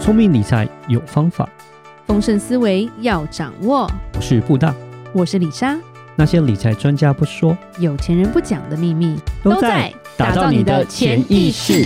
聪明理财有方法，丰盛思维要掌握。我是布大。我是李莎，那些理财专家不说，有钱人不讲的秘密打造你的潜意识。，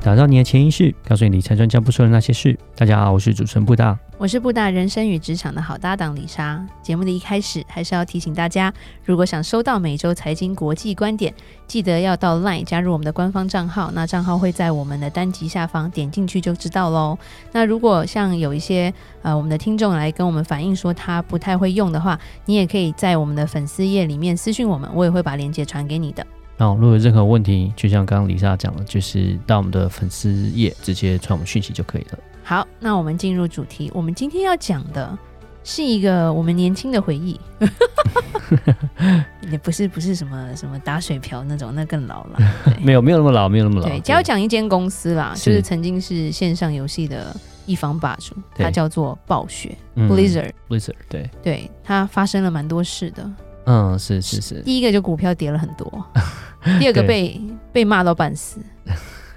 打造你的潜意识，告诉你理财专家不说的那些事。大家好，我是主持人布大。我是布大人生与职场的好搭档李莎。节目的一开始，还是要提醒大家，如果想收到每周财经国际观点，记得要到 LINE 加入我们的官方账号。那账号会在我们的单集下方，点进去就知道喽。那如果像有一些呃我们的听众来跟我们反映说他不太会用的话，你也可以在我们的粉丝页里面私讯我们，我也会把链接传给你的。那如果有任何问题，就像刚刚李莎讲的，就是到我们的粉丝页直接传我们讯息就可以了。好，那我们进入主题。我们今天要讲的是一个我们年轻的回忆， 也不是不是什么什么打水漂那种，那更老了。没有，没有那么老，没有那 么老。对，只要讲一间公司啦，是就是曾经是线上游戏的一方霸主，对它叫做暴雪嗯 Blizzard。 Blizzard，对，对，它发生了蛮多事的。嗯，是是是，第一个就股票跌了很 多，第二个对被被骂到 半死，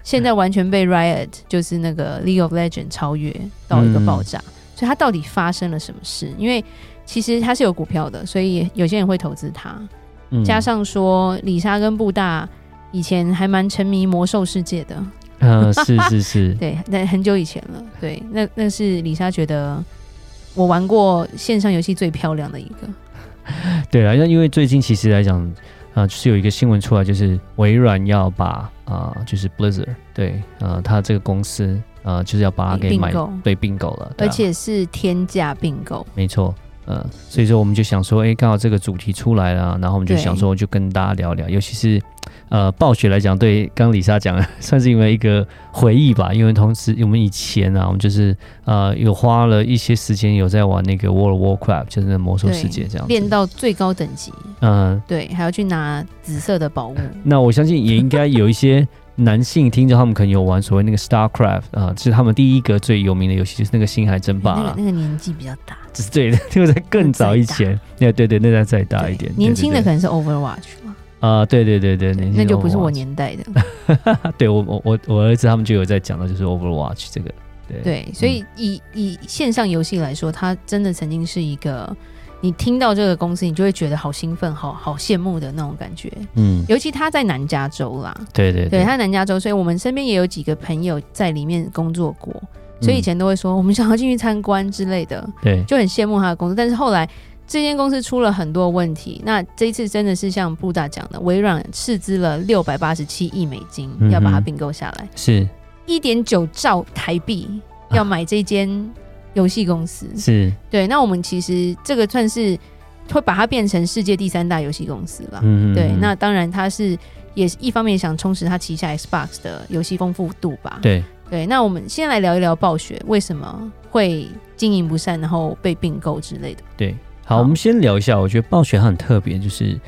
现在完全被 Riot 就是那个 League of Legend 超越到一个爆炸。嗯所以它到底发生了什么事？因为其实它是有股票的，所以有些人会投资它。嗯加上说，李莎跟布大以前还蛮沉迷魔兽世界的，嗯，是是是，对，那很久以前了。对，那那是李莎觉得我玩过线上游戏最漂亮的一个。对啊，那因为最近其实来讲，啊、就是有一个新闻出来，就是微软要把啊、就是 Blizzard 对，呃，它这个公司呃，就是要把它给并买购对并购了，对而啊且是天价并购，没错。呃，所以说我们就想说，哎，刚好这个主题出来了，啊然后我们就对想说，就跟大家聊聊，尤其是，呃，暴雪来讲，对，刚刚李莎讲的， 算是因为一个回忆吧，因为同时我们以前啊，我们就是呃，有花了一些时间有在玩那个 World of Warcraft，就是那魔兽世界这样子，练到最高等级，嗯、对，还要去拿紫色的 宝物，那我相信也应该有一些男性听众，他们可能有玩所谓那个 StarCraft 啊、是他们第一个最有名的游戏，就是那个《星海争霸》哎啊那个啦。那个年纪比较大，对， 那个在更早以前，那对对，那再再大对一点，年轻的可能能是 Overwatch 嘛，啊，对对对对，年轻那的就不是我 Overwatch 年代的，对我我我我儿子他们就有在讲到，就是 Overwatch 这个，对对，所以以以线上游戏来说，它真的曾经是一个。你听到这个公司，你就会觉得好兴奋、好好羡慕的那种感觉。嗯，尤其它在南加州啦，对对对，它在南加州，所以我们身边也有几个朋友在里面工作过，所以以嗯前都会说我们想要进去参观之类的。对就很羡慕他的公司。但是后来这间公司出了很多问题，那这一次真的是像布大讲的，微软斥资了六百八十七亿美金嗯哼要把它并购下来，是一点九兆台币要买这间游戏公司。是对，那我们其实这个算是会把它变成世界第三大游戏公司吧。嗯嗯对，嗯那当然它是。也是一方面想充实它旗下 Xbox 的游戏丰富度吧。对对，那我们先来聊一聊暴雪为什么会经营不善，然后被并购之类的。对，好，好我们先聊一下，我觉得暴雪它很特别，就是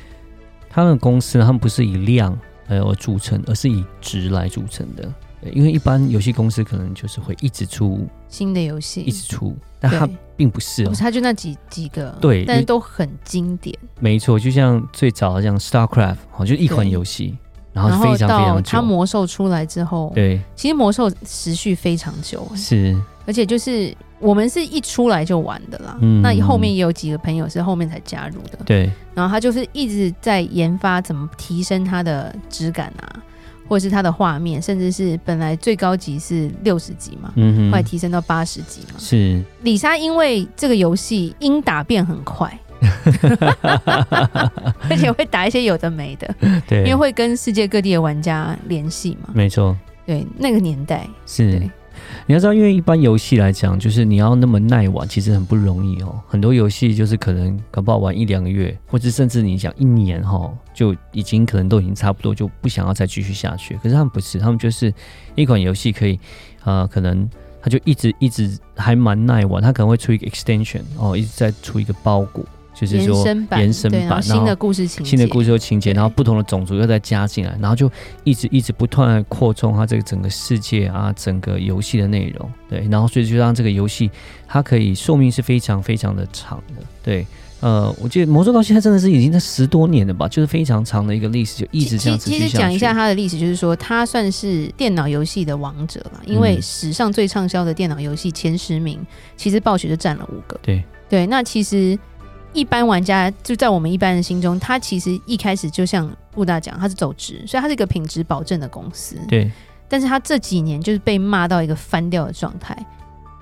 他们公司他们不是以量还有著称，而是以值来著称的。对因为一般游戏公司可能就是会一直出，新的游戏，一直出，但它嗯对，并不是哦不是，它就那几几个，对但因为是都很经典。没错，就像最早像 StarCraft 哦，就一款对游戏，然然后后非常非到常嗯它久，魔兽出来之后，对，其实魔兽时序非常久，哎是，而且就是我们是一出来就玩的啦。嗯那后面也有几个朋友是后面才加入的，对，然后他就是一直在研发怎么提升它的质感啊，或者是它的画面，甚至是本来最高级是六十级嘛，嗯后来哼，提升到八十级嘛。是，李莎因为这个游戏音打变很快， 而且会打一些有的没的，因为对，会跟世界各地的玩家联系嘛。没错，对，那个年代，是对。你要知道，因为一般游戏来讲，就是你要那么耐玩，其实很不容易哦。很多游戏就是可能搞不好玩一两个月，或者甚至你想一年哈、哦，就已经可能都已经差不多，就不想要再继续下去。可是他们不是，他们就是一款游戏可以，呃，可能它就一直一直还蛮耐玩，它可能会出一个 extension 哦，一直在出一个包裹，就是延说伸版，延伸对，然后版新的故事情节，新的故事和情节，对然后不同的种族又再加进来，然后就一直一直不断地扩充它这个整个世界啊，整个游戏的内容，对，然后所以就让这个游戏它可以寿命是非常非常的长的，对。呃，我记得《魔兽到现在真的是已经在十多年了吧，就是非常长的一个历史，就一直这样持其续下其实去。讲一下它的历史，就是说它算是电脑游戏的王者嘛，因为嗯史上最畅销的电脑游戏前十名，其实暴雪就占了五个。对对，那其实一般玩家就在我们一般人心中，它其实一开始就像布大讲，它是走值，所以它是一个品质保证的公司。对，但是他这几年就是被骂到一个翻掉的状态。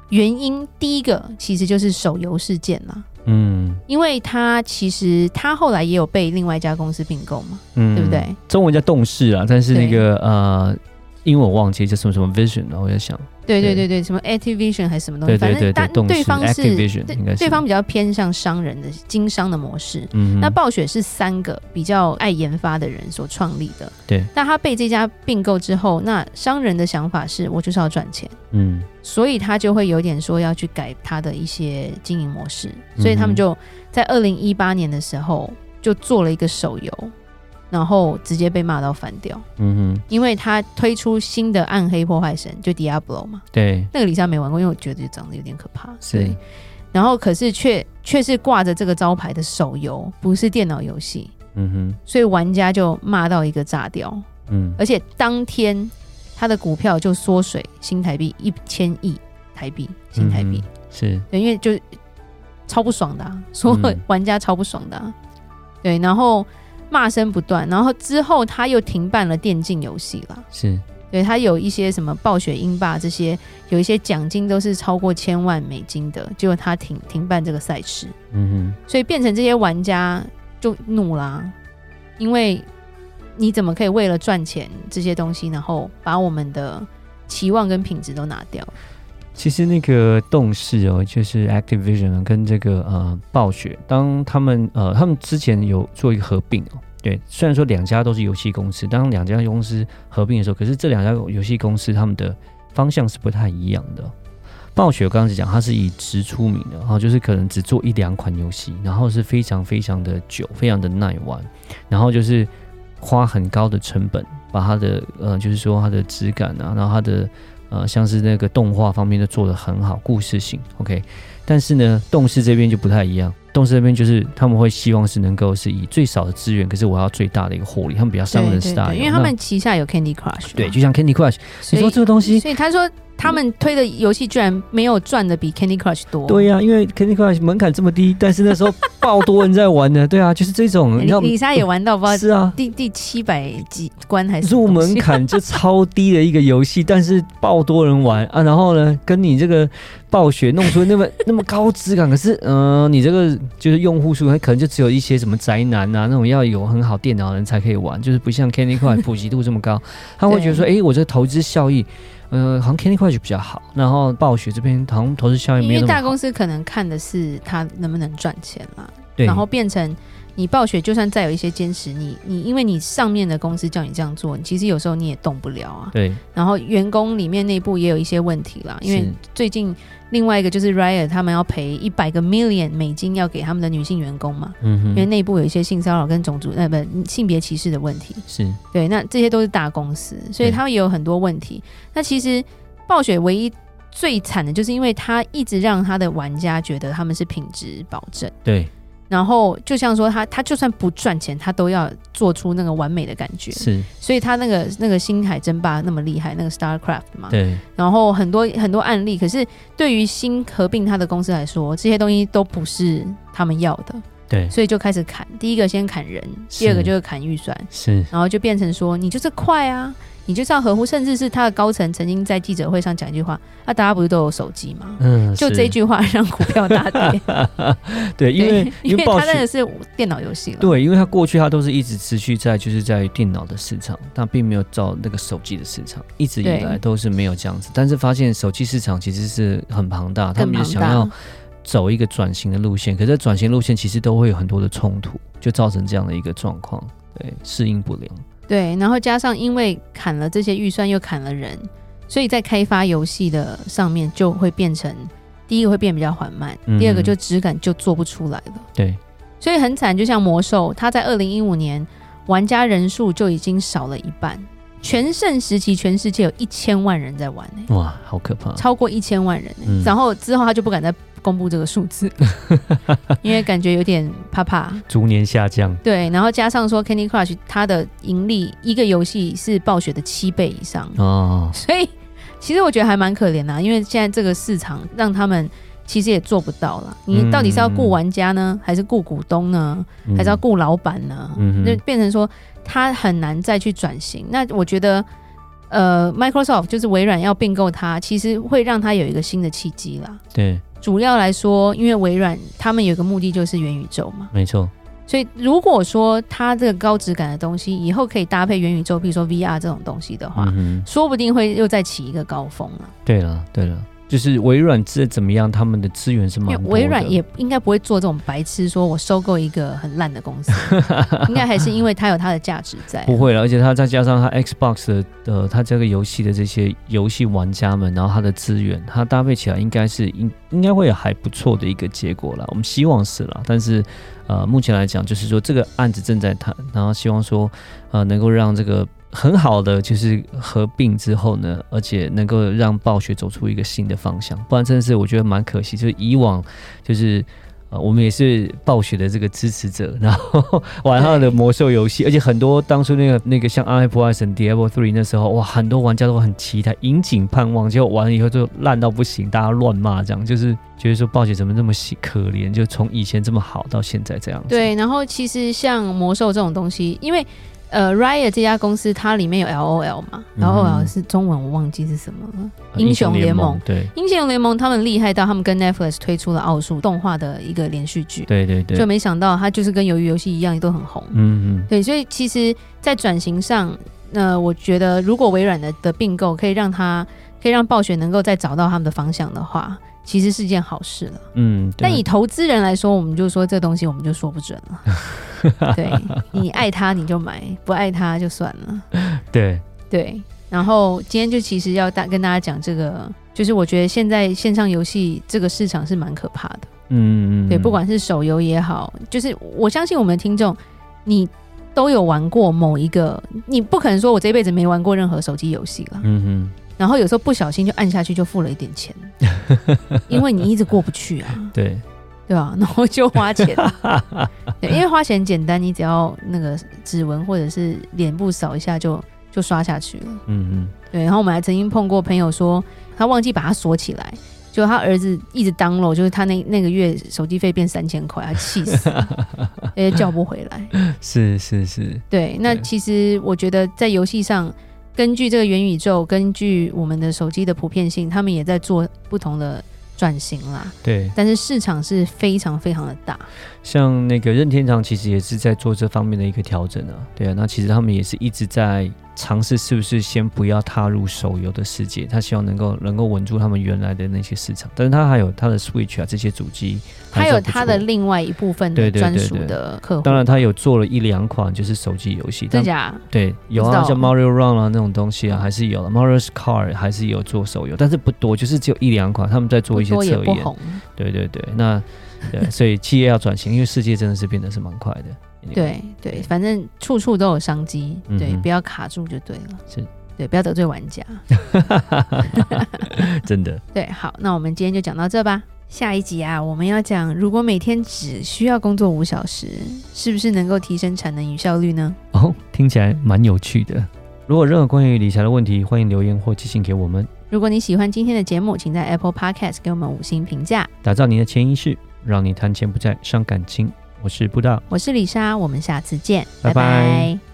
原因第一个其实就是手游事件啦，嗯因为他其实他后来也有被另外一家公司并购嘛，嗯，对不？对？中文叫动视啊，但是那对个呃，英文我忘记叫什么什么 Vision，然后我在想，对对对对对，什么 Activision 还是什么东对西，对对对，反正动但视对方是 Activision 对应该是对方，比较偏向商人的经商的模式。嗯，那暴雪是三个比较爱研发的人所创立的，对。那他被这家并购之后，那商人的想法是我就是要赚钱。嗯所以他就会有点说要去改他的一些经营模式，所以他们嗯就在二零一八年的时候就做了一个手游，然后直接被骂到翻掉，嗯哼，因为他推出新的暗黑破坏神，就 Diablo 嘛，对，那个李莎没玩过，因为我觉得长得有点可怕，是对，然后可是却却是挂着这个招牌的手游，不是电脑游戏，嗯哼，所以玩家就骂到一个炸掉，嗯，而且当天他的股票就缩水新台币一千亿台币，新台币嗯，是，对，因为就超不爽的、啊，所有嗯 玩家超不爽的、啊，对，然后骂声不断，然后之后他又停办了电竞游戏啦，是，对他有一些什么暴雪英霸这些，有一些奖金都是超过千万美金的，结果他停停办这个赛事，嗯所以变成这些玩家就怒啦、因为你怎么可以为了赚钱这些东西，然后把我们的期望跟品质都拿掉？哼，其实那个动视哦，就是 Activision 啊跟这个呃暴雪，当他们呃他们之前有做一个合并哦。对，虽然说两家都是游戏公司，当两家公司合并的时候，可是这两家游戏公司他们的方向是不太一样的哦。暴雪我刚刚是讲，它是以直出名的，然后就是可能只做一两款游戏，然后是非常非常的久，非常的耐玩，然后就是花很高的成本把它的呃，就是说它的质感啊，然后它的呃，像是那个动画方面都做得很好，故事性 OK。但是呢，动视这边就不太一样，动视这边就是他们会希望是能够是以最少的资源，可是我要最大的一个获利，他们比较商人对 style，对因为他那们旗下有 Candy Crush，嘛对，就像 Candy Crush，你所以说这个东西所以他说他们推的游戏居然没有赚的比 Candy Crush 多。对呀、因为 Candy Crush 门槛这么低，但是那时候爆多人在玩呢。对啊，就是这种，你知李 道李莎也玩到不知道是啊，第第七百几关还是什么 入东西门槛就超低的一个游戏，但是爆多人玩啊。然后呢，跟你这个暴雪弄出那么 那么高质感，可是嗯、呃你这个就是用户数，它可能就只有一些什么宅男啊那种要有很好电脑的人才可以玩，就是不像 Candy Crush 普及度这么高，他会觉得说，哎、我这个投资效益。呃，好像 Candy Crush 比较好，然后暴雪这边好像投资效益因没有那为么大好。公司可能看的是他能不能赚钱啦，对，然后变成你暴雪就算再有一些坚持，你你因为你上面的公司叫你这样做，你其实有时候你也动不了啊。对，然后员工里面内部也有一些问题啦，因为是最近另外一个就是 Riot 他们要赔一百个 million 美金要给他们的女性员工嘛，嗯哼，因为内部有一些性骚扰跟种族呃不性别歧视的问题，是，对，那这些都是大公司，所以对他们也有很多问题。那其实暴雪唯一最惨的就是因为他一直让他的玩家觉得他们是品质保证，对，然后就像说他他就算不赚钱，他都要做出那个完美的感觉，是，所以他那个那个星海争霸那么厉害，那个 Starcraft 嘛，对，然后很多很多案例，可是对于新合并他的公司来说，这些东西都不是他们要的，对，所以就开始砍。第一个先砍人，是第二个就是砍预算，是，然后就变成说你就是快啊，你就是要合乎，甚至是他的高层曾经在记者会上讲一句话：啊，大家不是都有手机吗？嗯，就这是，句话 让股票大跌，对， 因为对因因为为暴他真的雪，是电脑游戏了。对，因为它过去它都是一直持续在就是在电脑的市场，它并没有照那个手机的市场，一直以对来都是没有这样子。但是发现手机市场其实是很庞大，他更们就庞想要大，走一个转型的路线，可是转型路线其实都会有很多的冲突，就造成这样的一个状况，对，适应不良。对，然后加上因为砍了这些预算，又砍了人，所以在开发游戏的上面就会变成，第一个会变比较缓慢，嗯第二个就质感就做不出来了。对，所以很惨，就像魔兽，它在二零一五年玩家人数就已经少了一半。全盛时期，全世界有一千万人在玩、欸，哇，好可怕。超过一千万人、欸哦嗯然后之后他就不敢再公布这个数字，因为感觉有点怕怕。逐年下降。对，然后加上说 Candy Crush 它的盈利一个游戏是暴雪的七倍以上，哦，所以其实我觉得还蛮可怜的啊、因为现在这个市场让他们其实也做不到了。你到底是要顾玩家呢，还是顾股东呢，还是要顾老板呢？嗯就哼变成说他很难再去转型。那我觉得，呃，Microsoft 就是微软要并购它，其实会让它有一个新的契机啦。对，主要来说，因为微软他们有一个目的就是元宇宙嘛，没错，所以如果说它这个高质感的东西以后可以搭配元宇宙，比如说 VR 这种东西的话，嗯哼，说不定会又再起一个高峰啊了。对了，对了，就是微软这怎么样，他们的资源是因蛮为多的微软也应该不会做这种白痴，说我收购一个很烂的公 司，应该还是因为它有它的价值在。啊不会了，而且它再加上它 Xbox 的呃，它这个游戏的这些游戏玩家们，然后它的资源，它搭配起来应该是应应该会有还不错的一个结果啦。我们希望是啦，但是呃，目前来讲就是说这个案子正在谈，然后希望说呃能够让这个很好的就是合并之后呢，而且能够让暴雪走出一个新的方向，不然真的是我觉得蛮可惜，就是以往就是。呃，我们也是暴雪的这个支持者，然后玩他的魔兽游戏，而且很多当初那个那个像《暗黑破坏神》《Diablo Three》那时候，哇，很多玩家都很期待，引颈盼望，结果玩了以后就烂到不行，大家乱骂，这样就是觉得说暴雪怎么那么喜可怜，就从以前这么好到现在这样子。，对，然后其实像魔兽这种东西，因为呃，Riot 这家公司它里面有 LOL 嘛嗯，LOL 是中文我忘记是什么了。英雄联盟，对，英雄联盟他们厉害到他们跟 Netflix 推出了奥数动画的一个连续剧，对对对就，没想到它就是跟鱿鱼游戏一样都很红。嗯嗯，对，所以其实，在转型上，呃，我觉得如果微软的的并购可以让它可以让暴雪能够再找到他们的方向的话，其实是件好事了。嗯，对但以投资人来说，我们就说这东西我们就说不准了。 对你爱它你就买，不爱它就算了。对，对，然后今天就其实要大跟大家讲这个，就是我觉得现在线上游戏这个市场是蛮可怕的。嗯嗯，对，不管是手游也好，就是我相信我们的听众，你都有玩过某一个，你不可能说我这辈子没玩过任何手机游戏了。嗯，嗯然后有时候不小心就按下去，就付了一 点钱，因为你一直过不去啊哼，，对，对吧、 然后就花钱，对，因为花钱简单，你只要那个指纹或者是脸部扫一下就就刷下去了。嗯对，然后我们还曾经碰过朋友说，他忘记把它锁起来，就他儿子一直 download，就是他那那个月手机费变三千块，他气死了，而且叫不回来。嗯，是是是，对，那对其实我觉得在游戏上，根据这个元宇宙，根据我们的手机的普遍性，他们也在做不同的转型啦。对。但是市场是非常非常的大，像那个任天堂其实也是在做这方面的一个调整啊，对啊，那其实他们也是一直在尝试，是不是先不要踏入手游的世界，他希望能够能够稳住他们原来的那些市场，但是他还有他的 Switch 啊这些主机，还它是有很不错它的。另外一部分对的对对专属对的客户，当然，他有做了一两款就是手机游戏，但真假？对有不知啊，道嗯像 Mario Run 啊那种东西啊，还是有了 Mario Kart 还是有做手游，但是不多，就是只有一两款，他们在做不一些多也测不验。红。对对对，那 对，所以企业要转型，因为世界真的是变得是蛮快的。对对，反正处处都有商机，嗯对，哼不要卡住就对了。是，对，不要得罪玩家。真的，对，好，那我们今天就讲到这吧。下一集啊，我们要讲，如果每天只需要工作五小时，是不是能够提升产能与效率呢？哦，听起来蛮有趣的。如果有任何关于理财的问题，欢迎留言或寄信给我们。如果你喜欢今天的节目，请在 Apple Podcast 给我们五星评价。打造你的潜意识，让你谈钱不再伤感情。我是布大，我是李莎，我们下次见，拜拜拜拜